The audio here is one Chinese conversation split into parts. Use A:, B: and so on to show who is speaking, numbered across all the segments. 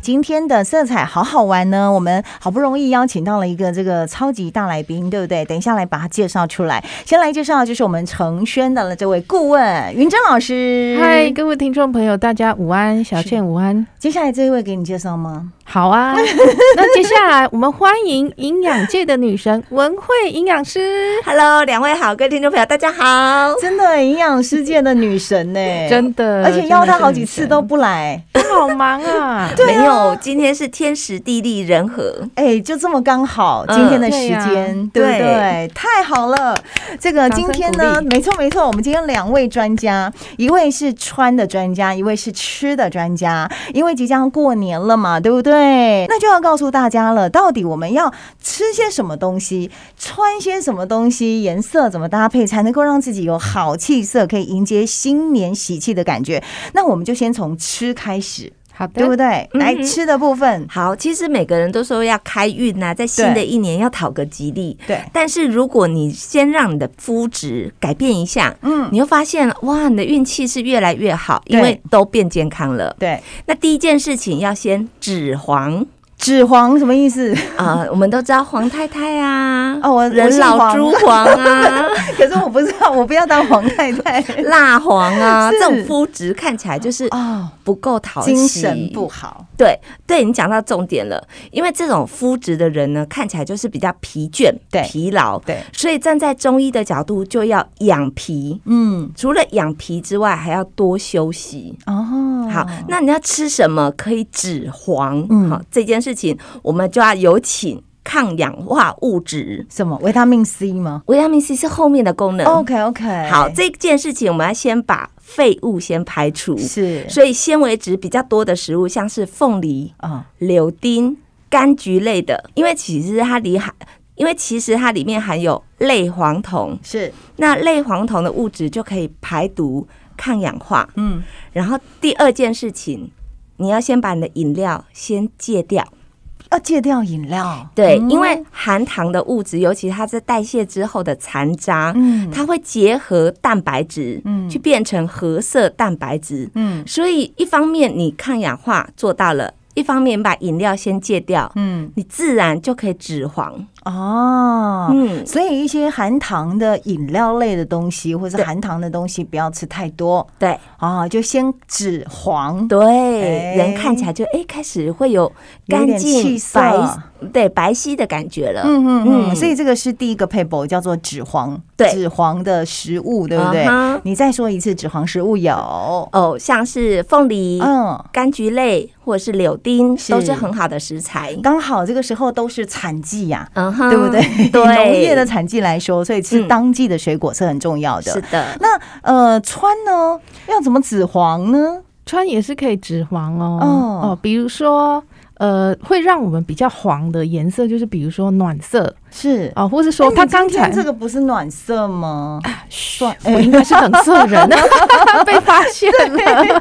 A: 今天的色彩好好玩呢，我们好不容易邀请到了一个这个超级大来宾，对不对？等一下来把他介绍出来。先来介绍就是我们成轩的这位顾问云珍老师。
B: 嗨，各位听众朋友，大家午安，小倩午安。
A: 接下来这一位给你介绍吗？
B: 好啊， 那接下来我们欢迎营养界的女神文慧营养师。
C: Hello，两位好，各位听众朋友，大家好。
A: 真的营养世界的女神呢、
B: 真的，
A: 而且邀她好几次都不来。
B: 她好忙 啊。
C: 没有，今天是天时地利人和。
A: 哎、就这么刚好，
C: 嗯
A: 今天的时间，对不
C: 对
A: 对？太好了，这个
B: 掌声
A: 今天
B: 鼓
A: 呢，
B: 励
A: 没错没错，我们今天两位专家，一位是穿的专家，一位是吃的专家，因为即将过年了嘛，对不对？那就要告诉大家了，到底我们要吃些什么东西，穿些什么东西，颜色怎么搭配，才能够让自己有好气色，可以迎接新年喜气的感觉？那我们就先从吃开始，
B: 好的，
A: 对不对？
C: 嗯
A: 来吃的部分，
C: 好，其实每个人都说要开运呐、在新的一年要讨个吉利。
A: 对，
C: 但是如果你先让你的肤质改变一下，
A: 嗯，
C: 你会发现哇，你的运气是越来越好，
A: 对
C: 因为都变健康了。
A: 对。
C: 那第一件事情要先 止黄
A: 纸黄什么意思？
C: 啊、我们都知道黄太太啊，
A: 哦我我
C: 人
A: 姓
C: 老
A: 黄
C: 珠黄啊，
A: 可是我不知道，我不要当黄太太
C: 蜡黄啊，
A: 是
C: 这种肤质看起来就是
A: 哦，
C: 不够讨喜，
A: 精神不好，
C: 对，对你讲到重点了，因为这种肤质的人呢，看起来就是比较疲倦、
A: 对
C: 疲劳，
A: 对，
C: 所以站在中医的角度，就要养脾。
A: 嗯，
C: 除了养脾之外，还要多休息。
A: 哦，
C: 好，那你要吃什么可以止黄？
A: 嗯
C: 好，这件事情我们就要有请抗氧化物质，
A: 什么维他命 C 吗
C: 维他命 C 是后面的功能。
A: ？OK OK，
C: 好，这件事情我们要先把废物先排除，
A: 是
C: 所以纤维质比较多的食物，像是凤梨、
A: 啊，
C: 柳丁、柑橘类的，因为其实它里含，因为其实它里面含有类黄酮，
A: 是
C: 那类黄酮的物质就可以排毒、抗氧化。
A: 嗯，
C: 然后第二件事情，你要先把你的饮料先戒掉，
A: 要戒掉饮料，
C: 对，
A: 嗯
C: 因为含糖的物质，尤其它在代谢之后的残渣，
A: 嗯
C: 它会结合蛋白质，
A: 嗯
C: 去变成褐色蛋白质，
A: 嗯
C: 所以一方面你抗氧化做到了，一方面把饮料先戒掉，
A: 嗯
C: 你自然就可以止黄。
A: 哦。
C: 嗯，
A: 所以一些含糖的饮料类的东西，或是
C: 对
A: 含糖的东西，不要吃太多
C: 对
A: 哦，就先止黄。哎
C: 对，人看起来就哎、开始会有
A: 有一
C: 干
A: 点
C: 净
A: 气色
C: 白，对白皙的感觉了。
A: 嗯嗯嗯，
C: 嗯
A: 所以这个是第一个配 e 叫做脂黄，
C: 对
A: 脂黄的食物，对不对
C: 啊哈
A: 你再说一次，脂黄食物有，
C: 哦，像是凤梨、
A: 嗯，
C: 柑橘类或者是柳丁，
A: 是
C: 都是很好的食材。
A: 刚好这个时候都是产季呀、
C: 嗯哼
A: 对不对？以
C: 对，
A: 农业的产季来说，所以吃
C: 嗯
A: 当季的水果是很重要的。
C: 是的。
A: 那呃，穿呢要怎么紫黄呢？
B: 穿也是可以止黄哦。
A: 哦
B: 比如说。呃，会让我们比较黄的颜色，就是比如说暖色
A: 是
B: 哦，或是说
A: 哎
B: 它
A: 你今
B: 刚才
A: 天这个哎不是暖色吗？
B: 嘘，我应该是冷色人， 被发现 了，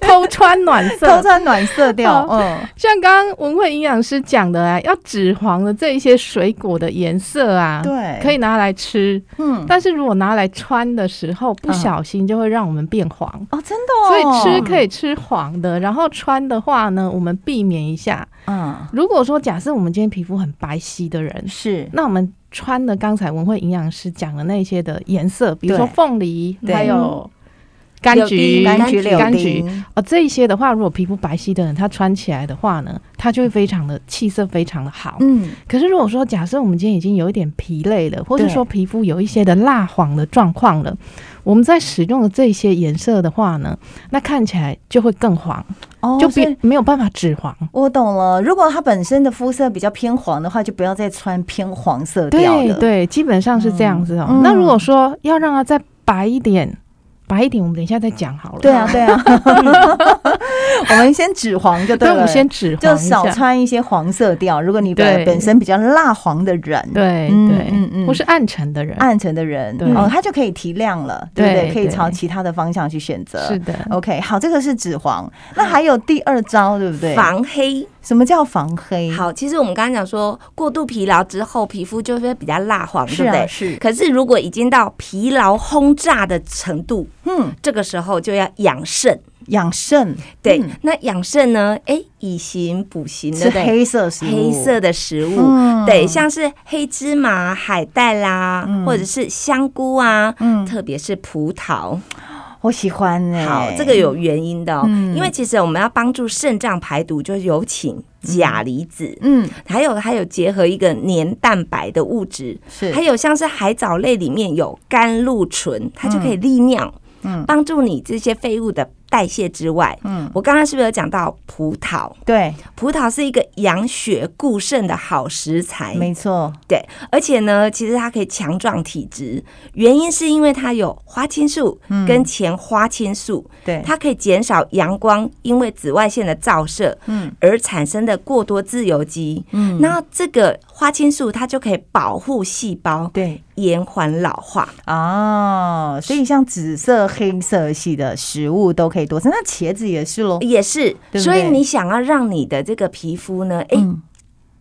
B: 偷穿暖
A: 都
B: 色。
A: 穿暖色调，
B: 好
A: 嗯，
B: 像刚刚文慧营养师讲的啊，要止黄的这一些水果的颜色啊，
A: 对
B: 可以拿来吃，
A: 嗯，
B: 但是如果拿来穿的时候，不
A: 嗯
B: 小心就会让我们变黄。
A: 哦，真的
B: 所以
A: 哦，
B: 吃
A: 以，
B: 可以吃黄的，然后穿的话呢，我们避免一下。
A: 嗯，
B: 如果说假设我们今天皮肤很白皙的人，
A: 是
B: 那我们穿的刚才文慧营养师讲的那些的颜色，比如说
A: 对
B: 凤梨，
A: 对
B: 还有柑橘、
C: 柳丁柑橘
A: 柳
B: 柑橘
A: 丁，
B: 哦，这一些的话，如果皮肤白皙的人，他穿起来的话呢，他就会非常的气色非常的好。
A: 嗯，
B: 可是如果说假设我们今天已经有一点疲累了，或是
A: 对
B: 说皮肤有一些的蜡黄的状况了，我们在使用的这些颜色的话呢，那看起来就会更黄，
A: 哦，
B: 就
A: 所以
B: 变没有办法止黄。
A: 我懂了，如果它本身的肤色比较偏黄的话，就不要再穿偏黄色调
B: 对
A: 的。
B: 对，基本上是这样子哦。
A: 嗯
B: 那如果说要让它再白一点，白一点，我们等一下再讲好了。
A: 对啊，对 啊。我们先止黄就对
B: 那
A: 了，
B: 我们先止
A: 就
B: 黄一
A: 少
B: 下。
A: 穿一些黄色调。如果你本
B: 对
A: 本身比较蜡黄的人，
B: 对
A: 嗯
B: 对，
A: 嗯嗯
B: 或是暗沉的人，
A: 暗沉的人，
B: 对
A: 哦，它就可以提亮了，对不对？
B: 对
A: 可以朝
B: 对
A: 其他的方向去选择。
B: 是的。
A: OK，好，这个是止黄。那还有第二招，对不 对？嗯
C: 防黑
A: 什么叫防黑？
C: 好，其实我们刚刚讲说，过度疲劳之后，皮肤就会比较蜡黄，
A: 是
C: 对不
A: 啊，
C: 对？
A: 是，
C: 可是如果已经到疲劳轰炸的程度，
A: 嗯，
C: 这个时候就要养肾，
A: 养肾，
C: 对，
A: 嗯
C: 那养肾呢？哎，以形补形，对
A: 吃
C: 不对？
A: 黑色食物，
C: 黑色的食物，
A: 嗯
C: 对，像是黑芝麻、海带啦，或者是香菇啊，
A: 嗯
C: 特别是葡萄。
A: 我喜欢哎、
C: 好，这个有原因的哦，
A: 嗯
C: 因为其实我们要帮助肾脏排毒，就有请钾离子，
A: 嗯
C: 还有还有结合一个黏蛋白的物质，
A: 是，
C: 还有像是海藻类里面有甘露醇，它就可以利尿，
A: 嗯
C: 帮助你这些废物的代谢之外，
A: 嗯
C: 我刚刚是不是有讲到葡萄？
A: 对，
C: 葡萄是一个养血固肾的好食材，
A: 没错，
C: 对，而且呢，其实它可以强壮体质，原因是因为它有花青素
A: 嗯
C: 哎跟前花青素，
A: 对，
C: 它可以减少阳光因为紫外线的照射
A: 嗯
C: 而产生的过多自由基。
A: 嗯
C: 那这个花青素它就可以保护细胞，
A: 对
C: 延缓老化。
A: 哦，所以像紫色、黑色系的食物都可以多吃，那茄子也是喽。
C: 也是，
A: 对不
C: 所以
A: 对
C: 你想要让你的这个皮肤呢，哎、
A: 嗯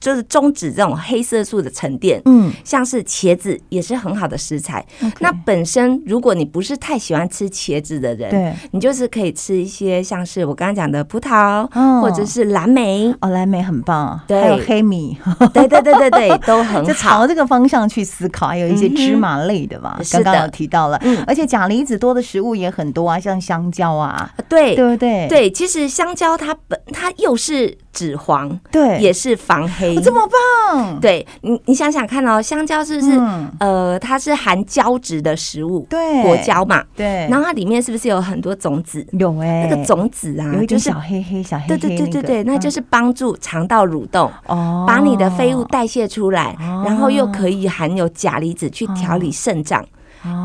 C: 就是终止这种黑色素的沉淀，
A: 嗯，
C: 像是茄子也是很好的食材。
A: OK
C: 那本身如果你不是太喜欢吃茄子的人，
A: 对，
C: 你就是可以吃一些像是我刚刚讲的葡萄，
A: 嗯，
C: 或者是蓝莓
A: 哦，蓝莓很棒，
C: 对
A: 还有黑米，
C: 对对对对对，都 很
A: 就
C: 好。
A: 朝这个方向去思考，还有一些芝麻类的吧，刚
C: 嗯哼是
A: 刚
C: 的
A: 有提到了，
C: 嗯
A: 而且钾离子多的食物也很多啊，像香蕉啊，
C: 对
A: 对不对？
C: 哎对，其实香蕉它本它又是脂肪，
A: 对，
C: 也是防黑
A: 哦。这么棒，
C: 对你你想想看哦，香蕉是不是
A: 嗯，
C: 呃它是含胶质的食物，
A: 对，
C: 果，胶嘛，
A: 对，
C: 然后它里面是不是有很多种子？
A: 有哎，
C: 那个种子啊
A: 有一，
C: 就
A: 点
C: 是
A: 小黑黑，小黑黑
C: 对
A: 那个，嗯
C: 对对对对，那就是是帮助肠道蠕动，
A: 哦，
C: 把你的废物代谢出来，
A: 哦
C: 然后又可以含有钾离子去调理肾脏，
A: 哦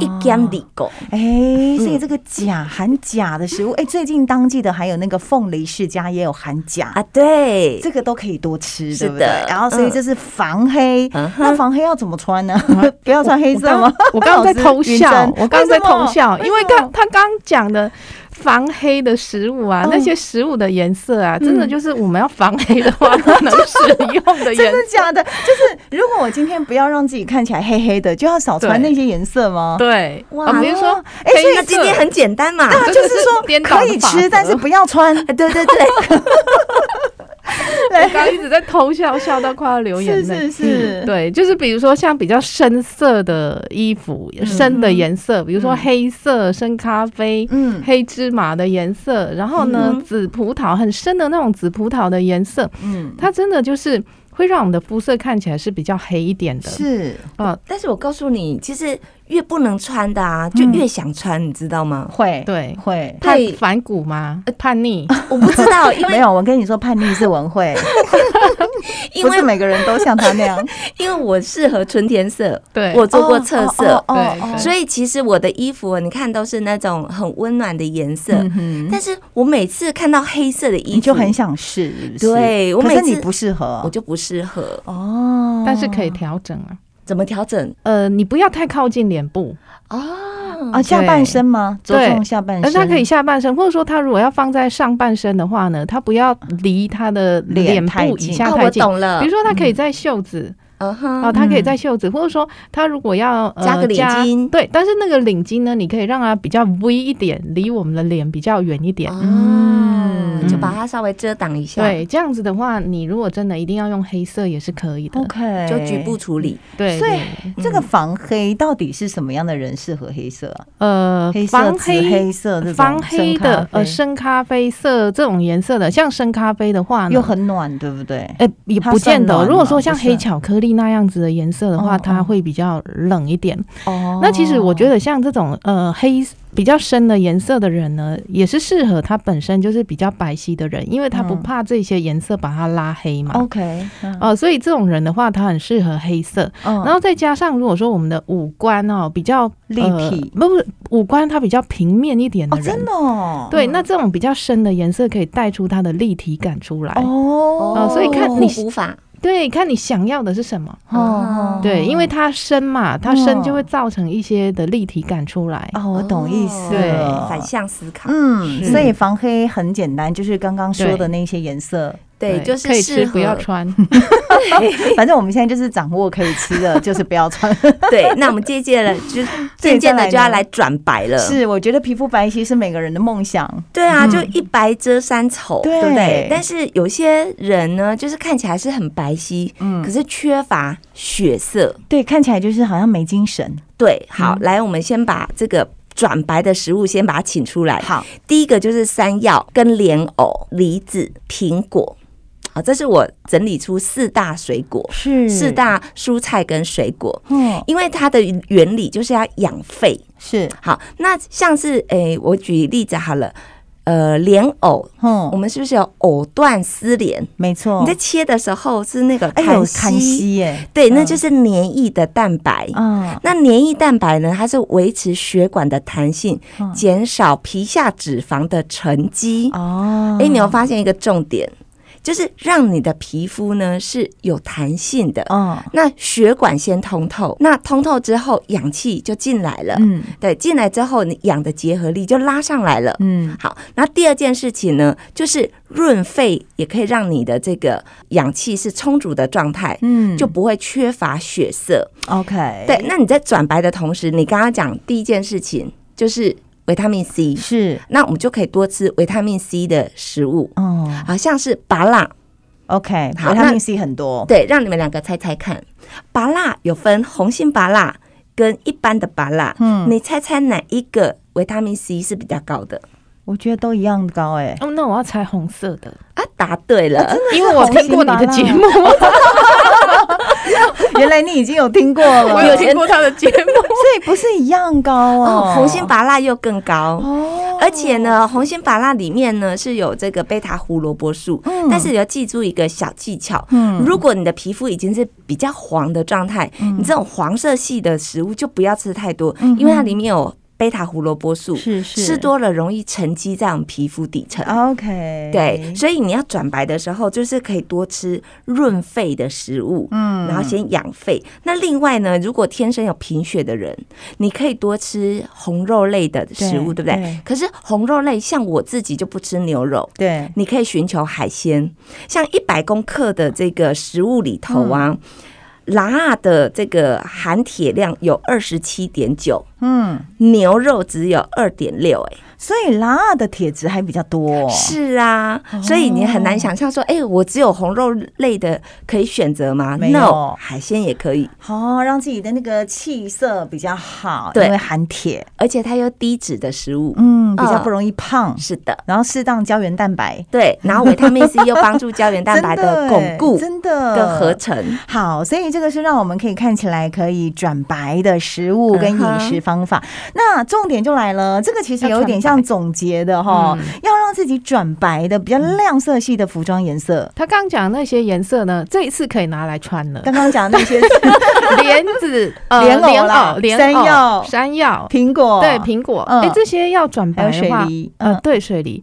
C: 一 g a m l 狗。
A: 哎，所以这个钾含钾的食物，哎，最近当季的还有那个凤梨世家也有含钾
C: 啊，对，
A: 这个都可以多吃，
C: 是
A: 对不对
C: 的？
A: 然后所以
C: 嗯
A: 这是防黑，
C: 嗯
A: 那防黑要怎么穿呢？ 不要穿黑色吗？
B: 我刚刚在偷笑，我刚刚在偷笑，因为
A: 刚
B: 刚他刚讲的防黑的食物啊，
A: 嗯
B: 那些食物的颜色啊，真的就是我们要防黑的话不能使用的
A: 真
B: 颜
A: 的
B: 色。
A: 假的？就是如果我今天不要让自己看起来黑黑的，就要少穿
B: 对
A: 那些颜色吗？
B: 对，
A: 哇
B: 我们就说，
A: 哎所以
B: 黑
C: 那
B: 色
C: 今天很简单嘛。
A: 啊，就是说
B: 颠倒
A: 可
B: 的
A: 以
B: 法
A: 吃，
B: 则
A: 但是不要穿。
C: 啊， 对对对，
B: 我刚刚一直在偷笑，笑到快要流眼
A: 是是
B: 泪。
A: 是，
B: 对，就是比如说像比较深色的衣服，
A: 嗯
B: 深的颜色，比如说黑色、深咖啡、
A: 嗯
B: 黑芝麻的颜色，然后呢，
C: 嗯
B: 紫葡萄很深的那种紫葡萄的颜色，
A: 嗯，
B: 它真的就是会让我们的肤色看起来是比较黑一点的。
A: 是
B: 啊，
C: 但是我告诉你，其实越不能穿的啊，就越想穿，你知道吗？
A: 会
B: 对，
A: 会。
B: 叛
C: 对
B: 反骨吗？叛逆，
C: 我不知道，因
A: 没
C: 为
A: 有，我跟你说，叛逆是文慧，
C: 因
A: 不是
C: 为
A: 每个人都像他那样。
C: 因为我适合春天色，
B: 对，
C: 我 做过测
A: 哦
C: 色，
A: 哦
B: 对
A: 哦哦
C: 所以其实我的衣服你看都是那种很温暖的颜色，
A: 嗯哼
C: 但是我每次看到黑色的衣服，
A: 你就很想哦试，是不是
C: 对我
A: 可是
C: 每次
A: 你不适合，
C: 我就不适合，
A: 哦，
B: 但是可以调整啊。
C: 怎么调整
B: 呃，你不要太靠近脸部，
C: 哦？
A: 啊，下半身吗？着
B: 对
A: 重下半
B: 而
A: 身，
B: 它可以下半身，或者说它如果要放在上半身的话呢，它不要离它的
A: 脸
B: 脸
A: 太
B: 部
A: 近
B: 以
C: 啊
B: 下，太
C: 我
B: 近。
C: 懂了
B: 比如，说，它可以在袖子
C: 嗯哼，
B: 啊，它可以在袖子，或者说它如果要呃
C: 加个领巾
B: 对，但是那个领巾呢，你可以让它比较 V 一点，离我们的脸比较远一点。
C: 哦，
A: 嗯
C: 就把它稍微遮挡一下，，
B: 对，这样子的话，你如果真的一定要用黑色也是可以的。
A: OK，
C: 嗯就局部。处理。
B: 对，
A: 所以
B: 对
A: 这个防黑到底是什么样的人适合黑色啊？
B: 呃
A: 黑，色、
B: 防
A: 紫黑色这种
B: 防黑
A: 深咖
B: 的
A: 啡
B: 呃深咖啡色这种颜色的，像深咖啡的话呢，
A: 又很暖，对不对？
B: 哎、也
A: 它
B: 不见
A: 算
B: 得。
A: 暖
B: 如果
A: 吗
B: 说像
A: 不
B: 黑
A: 算
B: 巧克力那样子的颜色的话，
A: 哦哦
B: 它会比较冷一点。
A: 哦
B: 那其实我觉得像这种呃黑比较深的颜色的人呢，也是适合他本身就是比较白皙的人，因为他不
A: 嗯
B: 怕这些颜色把它拉黑嘛。
A: OK，嗯
B: 呃，所以这种人的话，他很适合黑色。
A: 嗯
B: 然后再加上，如果说我们的五官哦比较
A: 立
B: 呃
A: 体
B: 不不，五官它比较平面一点的
A: 哦，
B: 人，
A: 真的哦，
B: 对，那这种比较深的颜色可以带出它的立体感出来。
A: 哦
B: 哦所以看
C: 护
B: 你
C: 肤法，
B: 对，看你想要的是什么。
A: 哦
B: 对，因为它深嘛，它深就会
A: 嗯
B: 造成一些的立体感出来。
A: 哦，我懂意思
B: 对
A: 了，
C: 哦反向思考。
A: 嗯，
B: 是
A: 所以防黑很简单，就是刚刚说的那些颜色。
C: 对，就是
B: 可以
C: 适
B: 吃
C: 合
B: 不要 穿。
A: 反正我们现在就是掌握可以吃 的，就是不要穿。
C: 对，那我们渐渐的，就是
A: 对
C: 渐
A: 再
C: 渐
A: 来
C: 的
A: 呢
C: 就要来转白了。，
A: 是，我觉得皮肤白皙是每个人的梦想。
C: 对啊，
B: 嗯
C: 就一白遮三丑，
A: 对
C: 对不对？但是有些人呢，就是看起来是很白皙，
A: 嗯
C: 可，是缺乏血色。
A: 对，看起来就是好像没精神。
C: 对，好，
A: 嗯
C: 来，我们先把这个。转白的食物先把它请出来。
A: 好，
C: 第一个就是山药、跟莲藕、梨子、苹果。好，这是我整理出四大水果，
A: 是
C: 四，大蔬菜跟水果。
A: 嗯，
C: 因为它的原理就是要养肺，
A: 是，
C: 好，那像是诶、我举例子好了，呃，莲藕，我
A: 嗯，
C: 们是不是有藕断丝连？
A: 没错。
C: 你在切的时候是那个
A: 哦哎呦，
C: 砍
A: 看
C: 息，
A: 西耶，
C: 对，那
A: 嗯
C: 就是黏液的蛋白。
A: 啊，
C: 那黏液蛋白呢，它是维持血管的弹性，
A: 嗯
C: 减少皮下脂肪的沉积。
A: 哦，
C: 哎、你有发现一个重点，就是让你的皮肤呢是有弹性的。
A: 哦，
C: 那血管先通透，那通透之后氧气就进来了。
A: 嗯
C: 对，进来之后，你氧的结合力就拉上来了。
A: 嗯，
C: 好，那第二件事情呢，就是润肺，也可以让你的这个氧气是充足的状态，
A: 嗯，
C: 就不会缺乏血色。
B: 嗯
A: OK，
C: 对，，那你在转白的同时，你刚刚讲第一件事情就是维他命 C，
A: 是，
C: 那我们就可以多吃维他命 C 的食物，
A: 哦
C: 好像是芭辣。
A: ，OK，
C: 好
A: 维他
C: 那
A: 命 C 很多，
C: 对，让你们两个猜猜看，芭辣有分红心芭辣跟一般的芭辣，
A: 嗯，
C: 你猜猜哪一个维他命 C 是比较高的？
A: 我觉得都一样高，哎，
B: 哦，那我要猜红色的，
C: 啊，答对了，
B: 因为我
A: 红
B: 听
A: 心
B: 过你
A: 麻
B: 的
A: 辣
B: 节目，
A: 原来你已经有听过了，
B: 我有听过他的节目。
A: 所以不是一样高哦
C: 哦，，红呃心芭辣又更高。
A: 哦，
C: 而且呢，红心芭辣里面呢是有这个贝塔胡萝卜素，
A: 嗯
C: 但是你要记住一个小技巧。
A: 嗯
C: 如果你的皮肤已经是比较黄的状态，你这种黄色系的食物就不要吃太多，因为它里面有贝塔胡萝卜素，
A: 嗯是是
C: 吃多了容易沉积在我们皮肤底层。
A: ，OK，
C: 对，所以你要转白的时候，就是可以多吃润肺的食物，
A: 嗯
C: 然后先养肺。那另外呢，如果天生有贫血的人，你可以多吃红肉类的食物，
A: 对
C: 对不对？
A: 对
C: 可是红肉类，像我自己就不吃牛肉。
A: 对，
C: 你可以寻求海鲜，像一百公克的这个食物里头啊，
A: 嗯
C: 拉辣的这个含铁量有二十七点九，
A: 嗯，
C: 牛肉只有二点六，哎，
A: 所以辣的铁质还比较多，
C: 是啊，
A: 哦
C: 所以你很难想象说，哎、我只有红肉类的可以选择吗
A: 没有
C: ？No，海鲜也可以，
A: 哦，让自己的那个气色比较好，
C: 对
A: 因为含铁，
C: 而且它又低脂的食物。
A: 嗯，比较
C: 嗯
A: 不容易胖，
C: 是的，
A: 然后适当胶原蛋白，
C: 对，然后维他命 C 又帮助胶原蛋白的巩 固
A: 真的
C: 跟
A: 真
C: 合。
A: 的
C: 成。
A: 好，所以这个是让我们可以看起来可以转白的食物跟
C: 嗯
A: 饮
C: 哼
A: 食方法。那重点就来了，这个其实有点像总结的哈，要让自己转白的比较亮色系的服装颜色。
B: 他刚讲那些颜色呢，这一次可以拿来穿 了。
A: 刚刚讲的那些
B: 莲子、呃
A: 莲藕
B: 莲
A: 啦
B: 藕、莲
A: 山
B: 藕
A: 药
B: 山药，
A: 苹果，
B: 对，苹果，
A: 嗯
B: 哎、这些要转
A: 还
B: 白
A: 有
B: 的
A: 水
B: 话，
A: 梨，
B: 呃，
A: 嗯，
B: 对，水梨，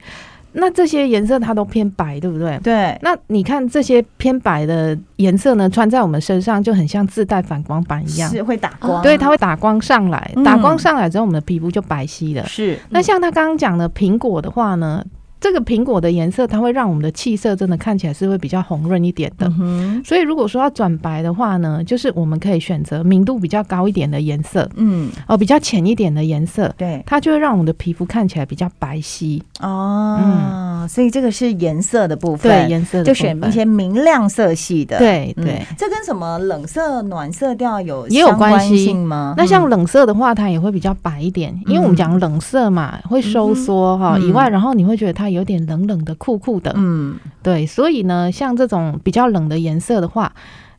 B: 那这些颜色它都偏白，对不对？
A: 对，
B: 那你看这些偏白的颜色呢，穿在我们身上就很像自带反光板一样，
A: 是会打光，
B: 对，它会打光上来，
A: 嗯
B: 打光上来之后，我们的皮肤就白皙了。
A: 是
B: 那像他刚刚讲的苹果的话呢，这个苹果的颜色它会让我们的气色真的看起来是会比较红润一点的。
A: 嗯哼，
B: 所以如果说要转白的话呢，就是我们可以选择明度比较高一点的颜色，
A: 嗯，
B: 哦，比较浅一点的颜色，
A: 对，
B: 它就会让我们的皮肤看起来比较白皙。
A: 哦，所以这个是颜色的部分，
B: 嗯对，颜色的
A: 就
B: 部
A: 选
B: 分
A: 一些明亮色系的。
B: 对
A: 嗯
B: 对。
A: 这跟什么冷色、暖色调有
B: 也有
A: 相关
B: 关系
A: 性吗？
B: 那像冷色的话，它也会比较白一点，因为我们讲冷色嘛，会收缩哈、
A: 嗯
B: 以外，然后你会觉得它有点冷冷的、酷酷的，
A: 嗯，
B: 对。所以呢，像这种比较冷的颜色的话，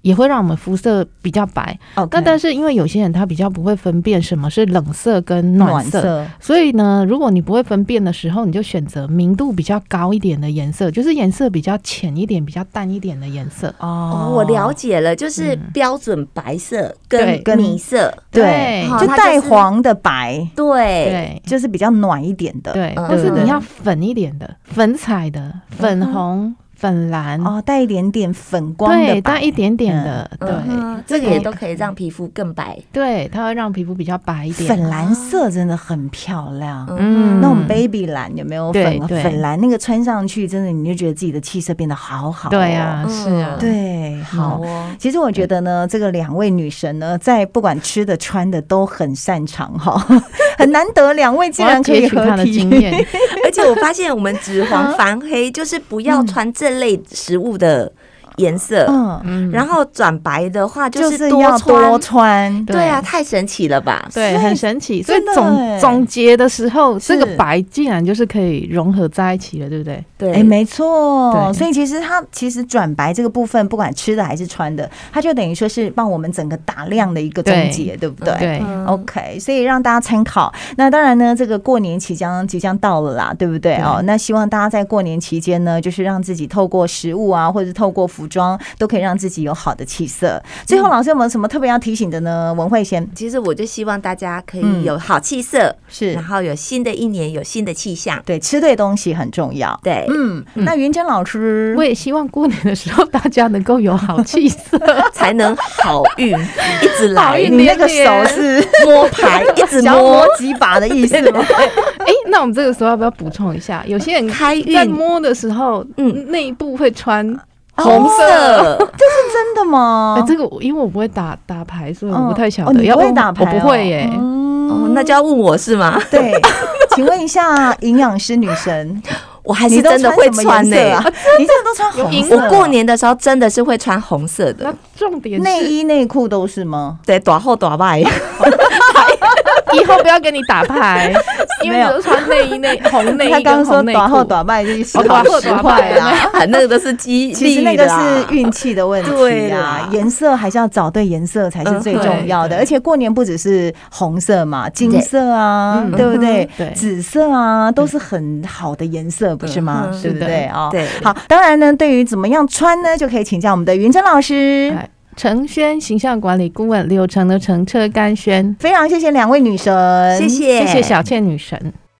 B: 也会让我们肤色比较白。
A: 哦，
B: 那但是因为有些人他比较不会分辨什么是冷色跟暖
A: 暖
B: 色，所以呢，如果你不会分辨的时候，你就选择明度比较高一点的颜色，就是颜色比较浅一点、比较淡一点的颜色。
A: 哦
C: 哦，我了解了，就是
B: 嗯
C: 标准白色
B: 对
A: 跟
C: 跟米色，
A: 对
B: 对，
C: 好
A: 就
C: 它
A: 带
C: 就是
A: 黄的白，
C: 对，
B: 对。
A: 就是比较暖一点的。
B: 对，嗯
C: 嗯
B: 或是
A: 对
B: 你要粉一点的、粉彩的、粉红、粉蓝，
A: 哦，带一点点粉光
B: 嗯对，
A: 的
B: 带
A: 白，
B: 一点点的，对
C: 嗯，这个也都可以让皮肤更白。
B: 对，它会让皮肤比较白一点。
A: 粉蓝色真的很漂亮。
B: 嗯
A: 那种 baby 蓝有没有
B: 对
A: 粉
B: 对
A: 粉蓝？那个穿上去，真的你就觉得自己的气色变得好好、哦
B: 对啊，，是啊，
A: 对，好
C: 好。哦，
A: 其实我觉得呢，这个两位女神呢，在不管吃的穿的都很擅长哈， 很难得两位竟
B: 我要
A: 然可以
B: 截取
A: 合
B: 他的
A: 体。
B: 经验，
C: 而且我发现我们紫黄防黑，就是不要穿这类食物的颜色。
A: 嗯，
B: 嗯，
C: 然后转白的话，
A: 就
C: 就是
A: 是
C: 多
A: 要多
C: 穿。
A: 穿。
B: 对
C: 对啊，太神奇了吧！
B: 对，很神奇。所以
A: 真的欸
B: 总总结的时候，这个
A: 是
B: 白竟然就是可以融合在一起了，对不对？
C: 对，
A: 哎，没错，
B: 对
A: 所以其实它其实转白这个部分，不管吃的还是穿的，它就等于说是帮我们整个打亮的一个终
B: 对
A: 结，对不对？
B: 对，
C: 嗯
A: OK，所以让大家参考。那当然呢，这个过年即将即将到了啦，对不对
B: 对
A: 哦？那希望大家在过年期间呢，就是让自己透过食物啊，或者是透过服装，都可以让自己有好的气色。最
B: 嗯
A: 后，老师有没有什么特别要提醒的呢？文慧先
C: 其实我就希望大家可
A: 嗯
C: 以有好气色，
A: 是
C: 然后有新的一年有新的气象。
A: 对吃对东西很重要。
C: 对，
A: 嗯，那云珍老师
B: 我也希望过年的时候大家能够有好 气色。
C: 才能好运一直
B: 好
C: 来
B: 运
A: 你那个
B: 连连
A: 手是
C: 摸牌，一直
A: 想要
C: 摸
A: 摸几把的意思 吗？
B: 哎，那我们这个时候要不要补充一下？有些人
C: 开
B: 在
C: 运
B: 摸的时候，
C: 嗯
B: 嗯，内部会穿
C: 红色，
A: 真的吗
B: 哎，？这个我因为我不会打打牌，所以我
A: 嗯
B: 不太晓
A: 哦
B: 得。
A: 你
B: 要
A: 不会
B: 问
A: 打牌
B: 我
A: 哦
B: 不会耶。
C: 哦，那就要问我是吗？
A: 对，请问一下营养师女神，
C: 我还
A: 你
C: 是
A: 都
C: 真的会
A: 穿
C: 穿
A: 什
C: 呢
A: 么颜、色啊？
B: 欸
A: 你真的都穿红色？啊
B: 啊
C: 我过年的时候真的是会穿红色
B: 那
A: 嗯
C: 的，
B: 重点
A: 内
B: 是
A: 衣内裤都是吗？
C: 对，短后短外。
B: 以后不要给你 打牌，因为
A: 没
B: 你
A: 有
B: 都穿内衣 内红内
A: 他
B: 衣
A: 刚
B: 跟
A: 说
B: 红内
A: 短后
B: 裤。
A: 短卖就是时
B: 哦
A: 好
B: 短后
A: 时
B: 短
A: 坏
B: 卖
A: 啦。
C: 啊， 那个都是激
A: 嗯
C: 励啊
A: 其实那个是
C: 运，
A: 运气的问题
C: 对
A: 啊
C: 啦，
A: 颜色还是要找对颜色才是最重要的。
B: 嗯对
A: 而且过年不只是红色嘛，金色啊，
B: 对
A: 对不对
B: 嗯？对
A: 紫色啊，都是很好的颜色，不是吗
C: 嗯？哼
A: 对不
B: 是的
A: 对啊？
C: 对
A: 好，当然呢，对于怎么样穿呢，就可以请教我们的云珍老师。
B: 哎程轩形象管理顾问，柳城的程车甘轩，
A: 非常谢谢两位女神，
C: 谢。谢，
B: 谢谢小倩女神。